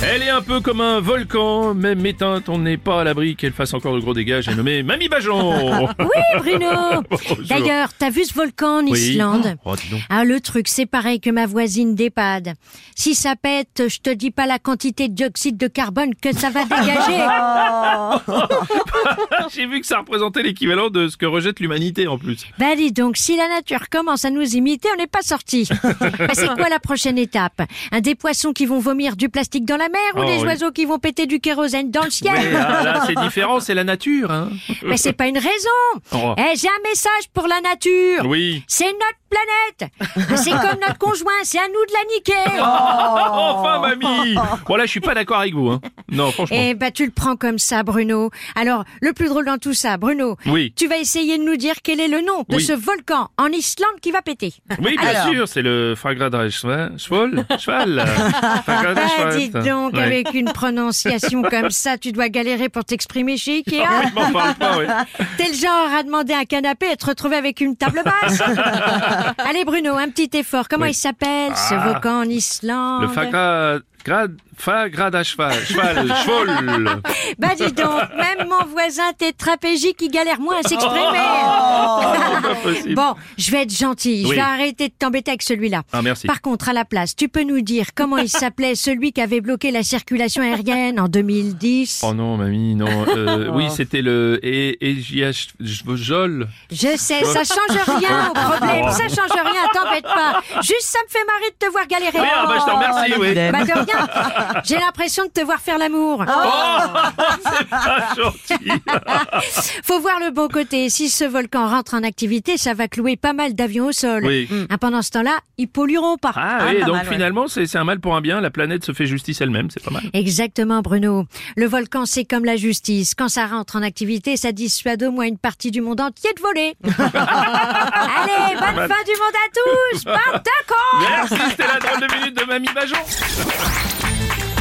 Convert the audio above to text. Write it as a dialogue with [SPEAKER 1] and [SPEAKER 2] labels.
[SPEAKER 1] Elle est un peu comme un volcan, même éteinte, on n'est pas à l'abri qu'elle fasse encore de gros dégâts. J'ai nommé Mamie Bajon
[SPEAKER 2] Oui, Bruno D'ailleurs, t'as vu ce volcan en
[SPEAKER 1] Oui.
[SPEAKER 2] Islande
[SPEAKER 1] Oh, dis donc.
[SPEAKER 2] Ah, le truc, c'est pareil que ma voisine d'EHPAD. Si ça pète, je te dis pas la quantité de dioxyde de carbone que ça va dégager.
[SPEAKER 1] Ah, J'ai vu que ça représentait l'équivalent de ce que rejette l'humanité en plus.
[SPEAKER 2] Bah dis donc, si la nature commence à nous imiter, on n'est pas sorti. Bah, c'est quoi la prochaine étape Un des poissons qui vont vomir du plastique dans la mer ou
[SPEAKER 1] Oh,
[SPEAKER 2] des
[SPEAKER 1] oui.
[SPEAKER 2] oiseaux qui vont péter du kérosène dans le ciel
[SPEAKER 1] Oui, ah, là, c'est différent, c'est la nature. Hein.
[SPEAKER 2] Mais c'est pas une raison.
[SPEAKER 1] Oh.
[SPEAKER 2] Eh, j'ai un message pour la nature.
[SPEAKER 1] Oui.
[SPEAKER 2] C'est notre planète. C'est comme notre conjoint, c'est à nous de la niquer.
[SPEAKER 1] Oh. Enfin, mamie Bon, là, je suis pas d'accord avec vous. Hein. Non, franchement.
[SPEAKER 2] Eh ben, tu le prends comme ça, Bruno. Alors, le plus drôle dans tout ça, Bruno,
[SPEAKER 1] Oui.
[SPEAKER 2] tu vas essayer de nous dire quel est le nom de
[SPEAKER 1] Oui.
[SPEAKER 2] ce volcan en Islande qui va péter.
[SPEAKER 1] Oui, bien
[SPEAKER 3] Alors.
[SPEAKER 1] sûr, c'est le Fagradre cheval. Cheval. Fagradre
[SPEAKER 2] Ah,
[SPEAKER 1] cheval.
[SPEAKER 2] dis donc,
[SPEAKER 1] Ouais.
[SPEAKER 2] avec une prononciation comme ça, tu dois galérer pour t'exprimer chez Ikea.
[SPEAKER 1] Ah, Oui, je m'en parle pas, oui.
[SPEAKER 2] T'es le genre à demander un canapé et te retrouver avec une table basse. Allez, Bruno, un petit effort. Comment
[SPEAKER 1] Oui.
[SPEAKER 2] il s'appelle, ce
[SPEAKER 1] Ah.
[SPEAKER 2] volcan en Islande
[SPEAKER 1] Le
[SPEAKER 2] Ah,
[SPEAKER 1] Fagra- grad- Fagrada cheval. Cheval. Cheval.
[SPEAKER 2] Bah, dis donc, même mon voisin tétrapégique, il galère moins à s'exprimer.
[SPEAKER 1] C'est Ah, pas possible.
[SPEAKER 2] Bon, je vais être gentille. Je
[SPEAKER 1] Oh. Oui.
[SPEAKER 2] vais arrêter de t'embêter avec celui-là.
[SPEAKER 1] Ah, merci.
[SPEAKER 2] Par contre, à la place, tu peux nous dire comment il s'appelait celui qui avait bloqué la circulation aérienne en 2010
[SPEAKER 1] Oh non, mamie, non. Euh, Oui, c'était le E, EJH Jol.
[SPEAKER 2] Je sais, ça change rien au problème. Ça change rien, t'embête pas. Juste, ça me fait marrer de te voir galérer.
[SPEAKER 1] ah bah je te remercie, oui.
[SPEAKER 2] Bah, de rien. J'ai l'impression de te voir faire l'amour.
[SPEAKER 1] Ah, Oh, gentil.
[SPEAKER 2] Faut voir le bon côté. Si ce volcan rentre en activité, ça va clouer pas mal d'avions au sol.
[SPEAKER 1] Oui.
[SPEAKER 2] Ah, pendant ce temps-là, ils pollueront pas.
[SPEAKER 1] Ah,
[SPEAKER 3] Ah,
[SPEAKER 1] oui,
[SPEAKER 3] pas
[SPEAKER 1] donc
[SPEAKER 3] mal, ouais.
[SPEAKER 1] finalement, c'est c'est un mal pour un bien. La planète se fait justice elle-même, c'est pas mal.
[SPEAKER 2] Exactement, Bruno. Le volcan, c'est comme la justice. Quand ça rentre en activité, ça dissuade au moins une partie du monde entier de voler. Allez, bonne fin du monde à tous Pas de con
[SPEAKER 1] Merci, c'était la drôle de minute de Mamie Bajon.